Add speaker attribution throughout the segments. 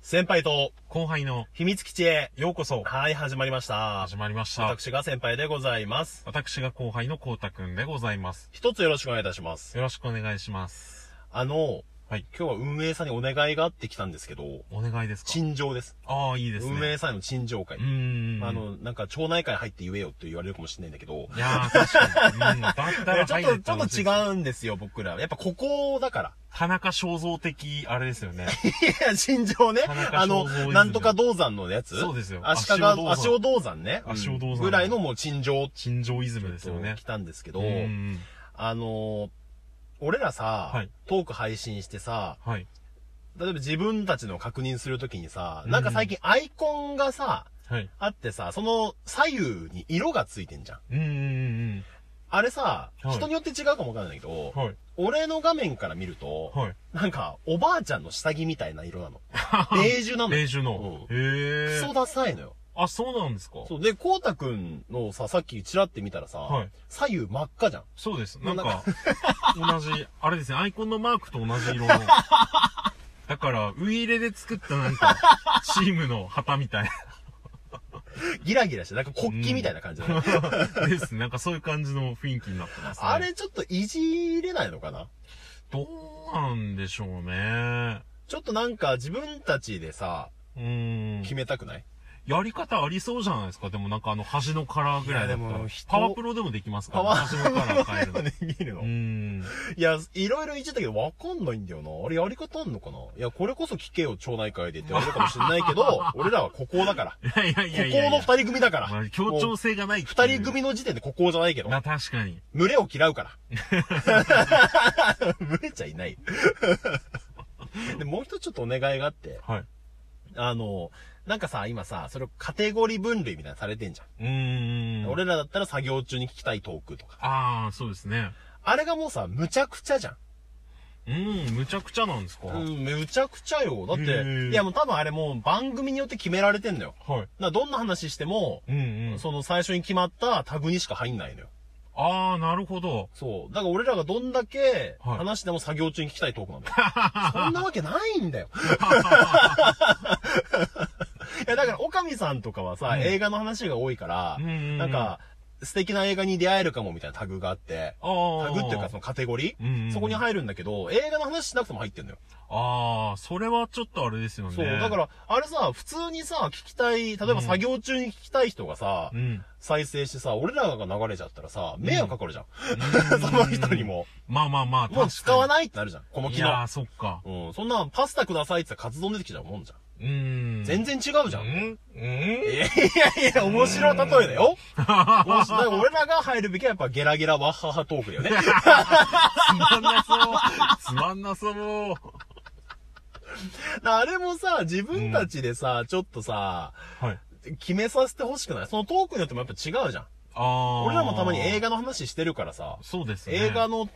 Speaker 1: 先輩と
Speaker 2: 後輩の
Speaker 1: 秘密基地へ。
Speaker 2: ようこそ
Speaker 1: はい、始まりました。
Speaker 2: 始まりました。
Speaker 1: 私が先輩でございます。
Speaker 2: 私が後輩のこうたくんでございます。
Speaker 1: 一つよろしくお願いいたします。
Speaker 2: よろしくお願いします。
Speaker 1: あの、
Speaker 2: はい。
Speaker 1: 今日は運営さんにお願いがあってきたんですけど、
Speaker 2: お願いですか
Speaker 1: 陳情です。
Speaker 2: ああ、いいですね。
Speaker 1: 運営さんへの陳情会
Speaker 2: う。ーん。
Speaker 1: あ、の、なんか町内会入って言えよって言われるかもしれないんだけど、
Speaker 2: いやー、確かに。うん。だったら
Speaker 1: ちょ
Speaker 2: 入
Speaker 1: っ
Speaker 2: れ
Speaker 1: と、ちょっと
Speaker 2: う。
Speaker 1: 違うんですよ、僕ら。やっぱここだ から。
Speaker 2: 田中正造的、あれですよね。
Speaker 1: いや、陳情ね
Speaker 2: 田。中
Speaker 1: あの
Speaker 2: 正蔵イズ、ム
Speaker 1: なんとか銅山のやつ
Speaker 2: そうですよ
Speaker 1: 足利、足
Speaker 2: 足
Speaker 1: 尾
Speaker 2: 尾
Speaker 1: 銅山ね。
Speaker 2: 足尾銅山
Speaker 1: ぐらいのもう陳情って
Speaker 2: 陳情イズムですよね
Speaker 1: 来。たんですけ
Speaker 2: う
Speaker 1: ど、
Speaker 2: ーん。
Speaker 1: あのー俺らさ、
Speaker 2: はい
Speaker 1: トーク配信してさ、
Speaker 2: はい。
Speaker 1: 例えば自分たちの確認するときにさ、
Speaker 2: うん
Speaker 1: なんか最近アイコンがさ、
Speaker 2: はい。
Speaker 1: あってさ、その左右に色がついてんじゃん。
Speaker 2: うーん。
Speaker 1: あれさ、
Speaker 2: はい
Speaker 1: 人によって違うかもわかんないけど、
Speaker 2: はい。
Speaker 1: 俺の画面から見ると、
Speaker 2: はい。
Speaker 1: なんか、おばあちゃんの下着みたいな色な の。ベージュなの。
Speaker 2: ベージュの。
Speaker 1: うク
Speaker 2: へえ
Speaker 1: ソ。ダサいのよ。
Speaker 2: あ、そうなんですか
Speaker 1: そう。で、こうたくんのさ、さっきチラって見たらさ、
Speaker 2: はい
Speaker 1: 左右真っ赤じゃん。
Speaker 2: そうです。
Speaker 1: も
Speaker 2: な
Speaker 1: うんなん
Speaker 2: か、同じ、あれですね、アイコンのマークと同じ 色の。だから、ウイイレで作ったなんか、チームの旗みたい
Speaker 1: ギラギラして、なんか国旗みたいな感じなの。
Speaker 2: な。 ですね。なんかそういう感じの雰囲気になってますね。
Speaker 1: あれちょっといじれないのかな
Speaker 2: どうなんでしょうね。
Speaker 1: ちょっとなんか自分たちでさ、
Speaker 2: うーん。
Speaker 1: 決めたく ない、
Speaker 2: やり方ありそうじゃないですか。でもなんかあの、端のカラーぐらいだった
Speaker 1: いやで
Speaker 2: ら
Speaker 1: も人。
Speaker 2: パワープロでもできますから、
Speaker 1: パワ
Speaker 2: 端のカラー 変えるの。う
Speaker 1: できるの、
Speaker 2: ーん。
Speaker 1: いや、いろいろ言っちゃったけど、わかんないんだよな。あれやり方あんのかないや、これこそ聞けよ、町内会でって言われるかもしれないけ ど、俺らは孤高だから。
Speaker 2: いやいやいや
Speaker 1: 孤高
Speaker 2: いやい
Speaker 1: の
Speaker 2: や。
Speaker 1: 二人組だか
Speaker 2: ま
Speaker 1: ら。
Speaker 2: あ協調性がないっていう
Speaker 1: 二人組の時点で孤高じゃないけど
Speaker 2: ま、あ確かに。
Speaker 1: 群れを嫌う から。群れちゃいない。 で、もう一つちょっとお願いがあって、
Speaker 2: はい。
Speaker 1: あの、なんかさ、今さ、それをカテゴリー分類みたいなのされてんじゃん。
Speaker 2: うーん。
Speaker 1: 俺らだったら作業中に聞きたいトークとか。
Speaker 2: ああ、そうですね。
Speaker 1: あれがもうさ、むちゃくちゃじゃん。
Speaker 2: うん、むちゃくちゃなんですか、
Speaker 1: うん、むちゃくちゃよ。だっ
Speaker 2: へ
Speaker 1: て、
Speaker 2: ー
Speaker 1: いやもう多分あれもう番組によって決められてんのよ。
Speaker 2: はい。
Speaker 1: だからどんな話しても、
Speaker 2: うんうん。
Speaker 1: その最初に決まったタグにしか入んないのよ。
Speaker 2: ああ、なるほど。
Speaker 1: そう。だから俺らがどんだけ
Speaker 2: はい
Speaker 1: 話しても作業中に聞きたいトークなんだよ。そ んなわけないんだよ。いや、だから、岡見さんとかはさ、
Speaker 2: うん
Speaker 1: 映画の話が多いから、
Speaker 2: うんうんうん
Speaker 1: なんか、素敵な映画に出会えるかもみたいなタグがあって、
Speaker 2: ああ。
Speaker 1: タグっていうかそのカテゴリー、
Speaker 2: うんうん
Speaker 1: そこに入るんだけど、映画の話しなくても入ってんのよ。
Speaker 2: ああ、それはちょっとあれですよね。
Speaker 1: そう。だか。ら、あれさ、普通にさ、聞きたい、例えば作業中に聞きたい人がさ、
Speaker 2: うん。
Speaker 1: 再生してさ、俺らが流れちゃったらさ、迷惑かかるじゃん。
Speaker 2: う ん
Speaker 1: その人にも。
Speaker 2: まあまあまあ、
Speaker 1: もう使わ
Speaker 2: ない。
Speaker 1: ないってなるじゃん、この
Speaker 2: い
Speaker 1: 機
Speaker 2: や
Speaker 1: 能。
Speaker 2: ー、そっか。
Speaker 1: うん、そんな、パスタくださいって言ったらカツ丼出てきちゃうもんじゃん。
Speaker 2: うん。
Speaker 1: 全然違うじゃん。
Speaker 2: う
Speaker 1: い
Speaker 2: んう ん
Speaker 1: やいやいや、面白い例えだ よ。面白いだから俺らが入るべきはやっぱゲラゲラワッハハトークだよ ね。
Speaker 2: つまんなそう。つまんなそう。
Speaker 1: あれもさ、自分たちでさ、ちょっとさ、
Speaker 2: はい。
Speaker 1: 決めさせてほしくないそのトークによってもやっぱ違うじゃん。
Speaker 2: ああ。
Speaker 1: 俺らもたまに映
Speaker 2: 画。
Speaker 1: 画の話してるからさ、
Speaker 2: そうですね。
Speaker 1: 映画。の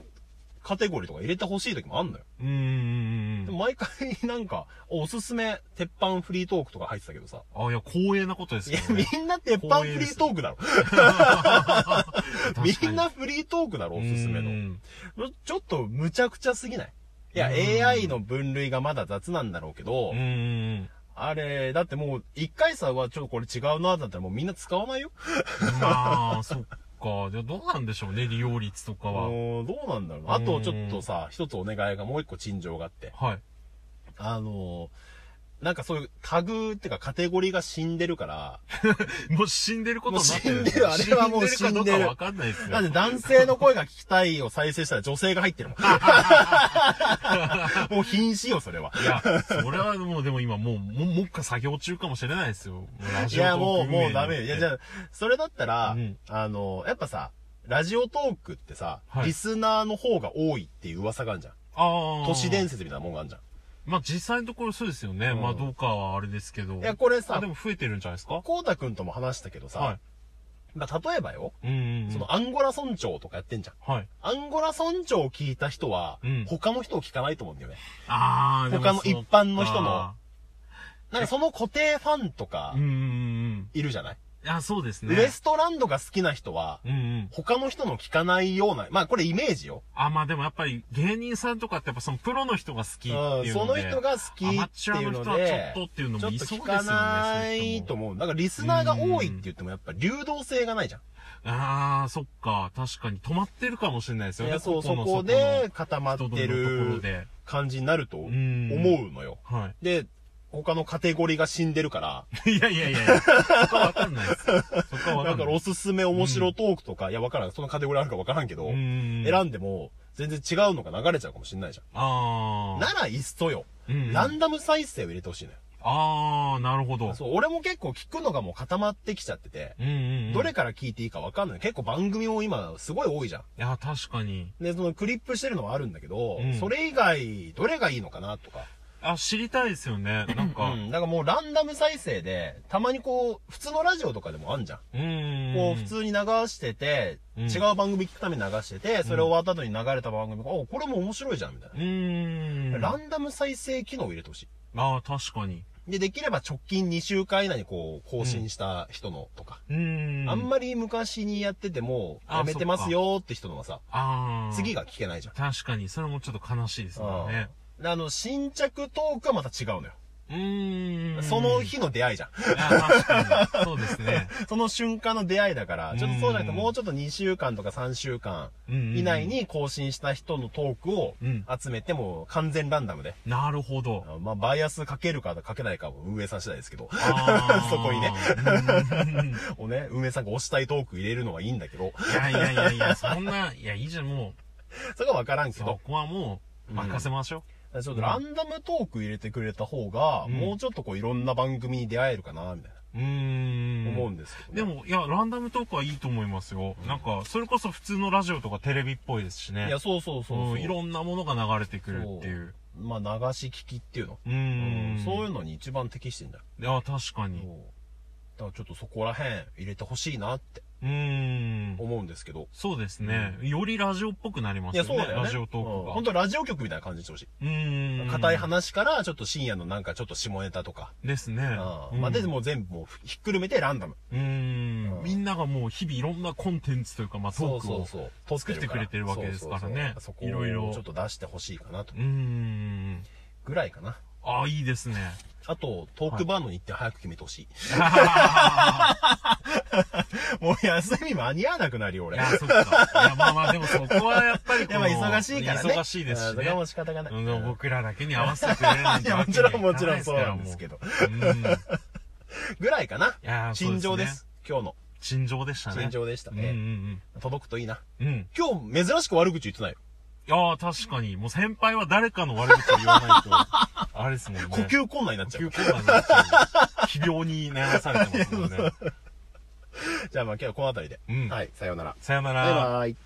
Speaker 1: カテゴリーとか入れてほしい時もあんのよ。
Speaker 2: うんうん
Speaker 1: で
Speaker 2: うん。
Speaker 1: も毎回なんか、おすすめ、鉄板フリートークとか入ってたけどさ。
Speaker 2: ああ、いや、光栄なことです
Speaker 1: いや
Speaker 2: よ、ね。
Speaker 1: みんな鉄板フリートークだろ。 みんなフリートークだろ、お
Speaker 2: お
Speaker 1: すすめの。
Speaker 2: の。
Speaker 1: ちょっと無茶苦茶すぎないいや、
Speaker 2: うん
Speaker 1: AI の分類がまだ雑なんだろうけど
Speaker 2: うんう、ん。
Speaker 1: あれ、だってもう、一回さはちょっとこれ違うな、だったらもうみんな使わないよ。
Speaker 2: まあ、そっか。じゃあどうなんでしょうね、利用率とかは。
Speaker 1: もうどうなんだろうな。あとちょっとさ、一つお願いがもう一個陳情があって。
Speaker 2: はい。
Speaker 1: あのー、なんかそういうタグっていうかカテゴリーが死んでるから、
Speaker 2: もう死んでることになってる。
Speaker 1: もう死んでるあれはもう死んでる
Speaker 2: 死んでるかどうかわかんないですよ。
Speaker 1: なんで男性の声が聞きたいを再生したら女性が入 ってるもん。もう瀕死よ、それは。
Speaker 2: いや、それはもうでも今もう、もう、もっか作業中かもしれないですよ。もうラ
Speaker 1: い
Speaker 2: ジオトー
Speaker 1: や、
Speaker 2: ク
Speaker 1: もう、
Speaker 2: 運営
Speaker 1: もうダメよ。いや、じゃあ、それだったら、
Speaker 2: うん
Speaker 1: あのー、やっぱさ、ラジオトークってさ、
Speaker 2: はい
Speaker 1: リスナーの方が多いっていう噂があるじゃん。
Speaker 2: ああ。
Speaker 1: 都市伝説みたいなもんがあるじゃん。
Speaker 2: まあ実際のところそうですよね。
Speaker 1: うん
Speaker 2: まあどうかはあれですけど。
Speaker 1: いや、これ
Speaker 2: あ
Speaker 1: さ
Speaker 2: で、も増えてるんじゃないですか
Speaker 1: こうたくんとも話したけどさ、
Speaker 2: は
Speaker 1: まあ、例えばよ、
Speaker 2: い。うんうんうん。
Speaker 1: そのアンゴラ村長とかやってんじゃん。
Speaker 2: はい。
Speaker 1: アンゴラ村長を聞いた人は、
Speaker 2: うん
Speaker 1: 他の人を聞かないと思うんだよね。
Speaker 2: ああ、でも
Speaker 1: 他の一般の人も
Speaker 2: そっか
Speaker 1: なんかその固定ファンとか
Speaker 2: うんうんうん。
Speaker 1: いるじゃない、
Speaker 2: あ、そうですね。
Speaker 1: ウエストランドが好きな人は、
Speaker 2: うんうん。
Speaker 1: 他の人の聞かないような、まあこれイメージよ。
Speaker 2: あ、まあでもやっぱり芸人さんとかってやっぱそのプロの人が好きっていうの
Speaker 1: う
Speaker 2: で、
Speaker 1: ん、その人が好き
Speaker 2: アマ
Speaker 1: って
Speaker 2: チュア
Speaker 1: いう
Speaker 2: の人
Speaker 1: の
Speaker 2: はちょ
Speaker 1: で
Speaker 2: っ、とっていうの
Speaker 1: ちょ
Speaker 2: も
Speaker 1: っ
Speaker 2: い
Speaker 1: と
Speaker 2: そう
Speaker 1: 聞
Speaker 2: ですよね。
Speaker 1: かないと
Speaker 2: う。
Speaker 1: 思う。だからリスナーが多いって言ってもやっぱ流動性がないじゃん。
Speaker 2: ああ、そっか。確かに止まってるかもしれないですよ
Speaker 1: いや
Speaker 2: ね。
Speaker 1: そう、そ
Speaker 2: の
Speaker 1: こで固まっ
Speaker 2: 人と
Speaker 1: て
Speaker 2: のところ
Speaker 1: る
Speaker 2: で。
Speaker 1: 感じになると思うのよ。
Speaker 2: は
Speaker 1: で、他のカテゴリーが死んでるから、
Speaker 2: い。いやいやいやいや。そこはわかんないです。そこはわか
Speaker 1: だ
Speaker 2: ん
Speaker 1: か
Speaker 2: ない。
Speaker 1: らおすすめ面白トークとか、いやわからん、そのカテゴリーあるかわからんけど、
Speaker 2: うん。
Speaker 1: 選
Speaker 2: ん
Speaker 1: んでも全然違うのが流れちゃうかもしれないじゃん。
Speaker 2: ああ。
Speaker 1: ならいっそよ、
Speaker 2: うん
Speaker 1: ランダム再生を入れてほしいのよ。
Speaker 2: ああ、なるほど。
Speaker 1: そう、俺も結構聞くのがもう固まってきちゃってて、
Speaker 2: うんうんうん。
Speaker 1: どれから聞いていいかわかんない。結構番組も今すごい多いじゃん。
Speaker 2: いや、確かに。
Speaker 1: で、そのクリップしてるのはあるんだけど、
Speaker 2: うん
Speaker 1: それ以外、どれがいいのかなとか。
Speaker 2: あ、知りたいですよね。なんか。
Speaker 1: う
Speaker 2: うん
Speaker 1: ん。だからもうランダム再生で、たまにこう、普通のラジオとかでもあんじゃん。
Speaker 2: うん。
Speaker 1: こう、普。通に流してて、
Speaker 2: うん
Speaker 1: 違う番組聞くために流してて、それ終わった後に流れた番組が、お、これも面白いじゃん、みたいうな。
Speaker 2: ーん。
Speaker 1: ランダム再生機能を入れてほし
Speaker 2: ああ、確かに。
Speaker 1: い。で、できれば直近2週間以内にこう、更新した人のとか。
Speaker 2: うーん。
Speaker 1: あんまり昔にやってても、
Speaker 2: あ
Speaker 1: やめてますよって人のはさ、
Speaker 2: ああ。
Speaker 1: 次。が聞けないじゃん。
Speaker 2: 確かに、それもちょっと悲しいですもんね。
Speaker 1: であの、新着トークはまた違うのよ。
Speaker 2: うーん。
Speaker 1: その。日の出会いじゃん。
Speaker 2: 確かに。そうで すね。
Speaker 1: その瞬間の出会いだから、ちょっとそうじゃなくて、
Speaker 2: うん
Speaker 1: もうちょっと2週間とか3週間
Speaker 2: うんうんうん
Speaker 1: 以内。に更新した人のトークを
Speaker 2: うん
Speaker 1: 集めても完全ランダムで。
Speaker 2: なるほど。
Speaker 1: あまあ、バイアスかけるかかけないかも運営さん次第です けど、
Speaker 2: あー
Speaker 1: そこにね。
Speaker 2: うん
Speaker 1: をね、運営さんが押したいトーク入れるのはいいんだけど、
Speaker 2: いやいやいやいや、そんな、いや、いいじゃん、も
Speaker 1: それがわからん
Speaker 2: う。
Speaker 1: け
Speaker 2: そ
Speaker 1: ど、
Speaker 2: こはもう、任せましょう。
Speaker 1: ちょっとランダムトーク入れてくれた方が、
Speaker 2: うん
Speaker 1: もうちょっとこういろんな番組に出会えるかな、みたいな、
Speaker 2: うーん。
Speaker 1: 思うんですけど、ね。
Speaker 2: で、も、いや、ランダムトークはいいと思いますよ。なんか、それこそ普通のラジオとかテレビっぽいですしね。
Speaker 1: いや、そうそうそうそう、
Speaker 2: うんいろんなものが流れてくるっていう。
Speaker 1: まあ、流し聞きっていうの。う
Speaker 2: う。。
Speaker 1: んそういううのに一番適してんだよ。
Speaker 2: いや、確か
Speaker 1: そう
Speaker 2: に。
Speaker 1: だからちょっとそこら辺入れてほしいなって
Speaker 2: うん。
Speaker 1: 思うんですけど。
Speaker 2: そうですね。よりラジオっぽくなりま
Speaker 1: い
Speaker 2: すよ
Speaker 1: や、
Speaker 2: ね。
Speaker 1: そうだよね。
Speaker 2: ラジオトーク
Speaker 1: うん
Speaker 2: が。
Speaker 1: 本当ラジオ局みたいな感じにしてほし
Speaker 2: うー
Speaker 1: い。
Speaker 2: ん。
Speaker 1: 硬い話から、ちょっと深夜のなんかちょっと下ネタとか。
Speaker 2: ですね。
Speaker 1: う
Speaker 2: うんん
Speaker 1: まあ、で、もう全部もうひっくるめてランダム。
Speaker 2: うーん
Speaker 1: うん
Speaker 2: みんながもう日々いろんなコンテンツというか、まあ、トークを。
Speaker 1: そう。
Speaker 2: 作ってくれてるわけですからね
Speaker 1: そうそうそうそ
Speaker 2: い
Speaker 1: こ
Speaker 2: ろい
Speaker 1: を
Speaker 2: ろ
Speaker 1: ちょっと出してほしいかなと
Speaker 2: う。ーん。
Speaker 1: ぐらいかな。
Speaker 2: ああ、いいです ね。
Speaker 1: あと、トークバーの日程早く決めてほしい。もう休み間に合わなくなるよ、
Speaker 2: い
Speaker 1: 俺。
Speaker 2: や、そっか。いや、まあまあ、でもそこはやっ ぱりこ
Speaker 1: や
Speaker 2: の、
Speaker 1: ばい忙しいからね。
Speaker 2: 忙しいですし
Speaker 1: うんそれはもう
Speaker 2: ね。
Speaker 1: 仕方がない。
Speaker 2: うんでも僕らだけに合わせてくれるなん
Speaker 1: い
Speaker 2: て
Speaker 1: や、
Speaker 2: わ
Speaker 1: も
Speaker 2: けに
Speaker 1: ち
Speaker 2: は
Speaker 1: ろ
Speaker 2: い
Speaker 1: ん
Speaker 2: か
Speaker 1: もち
Speaker 2: な
Speaker 1: ろ
Speaker 2: い
Speaker 1: ん
Speaker 2: で
Speaker 1: そう
Speaker 2: か
Speaker 1: な
Speaker 2: ら
Speaker 1: んですけど。
Speaker 2: もううんい
Speaker 1: ぐらいかな。
Speaker 2: やー、そう
Speaker 1: 陳情です。。今日の。
Speaker 2: 陳情でしたね。
Speaker 1: 陳情でした
Speaker 2: うんう
Speaker 1: ね。
Speaker 2: ん
Speaker 1: 届くといいな。
Speaker 2: うん。うん。
Speaker 1: 今日、珍しく悪口言ってないよ。
Speaker 2: いやー、確かに。もう先輩は誰かの悪口を言わないと、あれですもんね。
Speaker 1: 呼吸困難になっちゃ
Speaker 2: 呼
Speaker 1: う。
Speaker 2: 吸困難になっちゃう。奇病に悩まされてますもんね。
Speaker 1: じゃあまあ今日はこの辺りで。
Speaker 2: うん
Speaker 1: はい、さようなら。
Speaker 2: さよなら。
Speaker 1: バイバイ。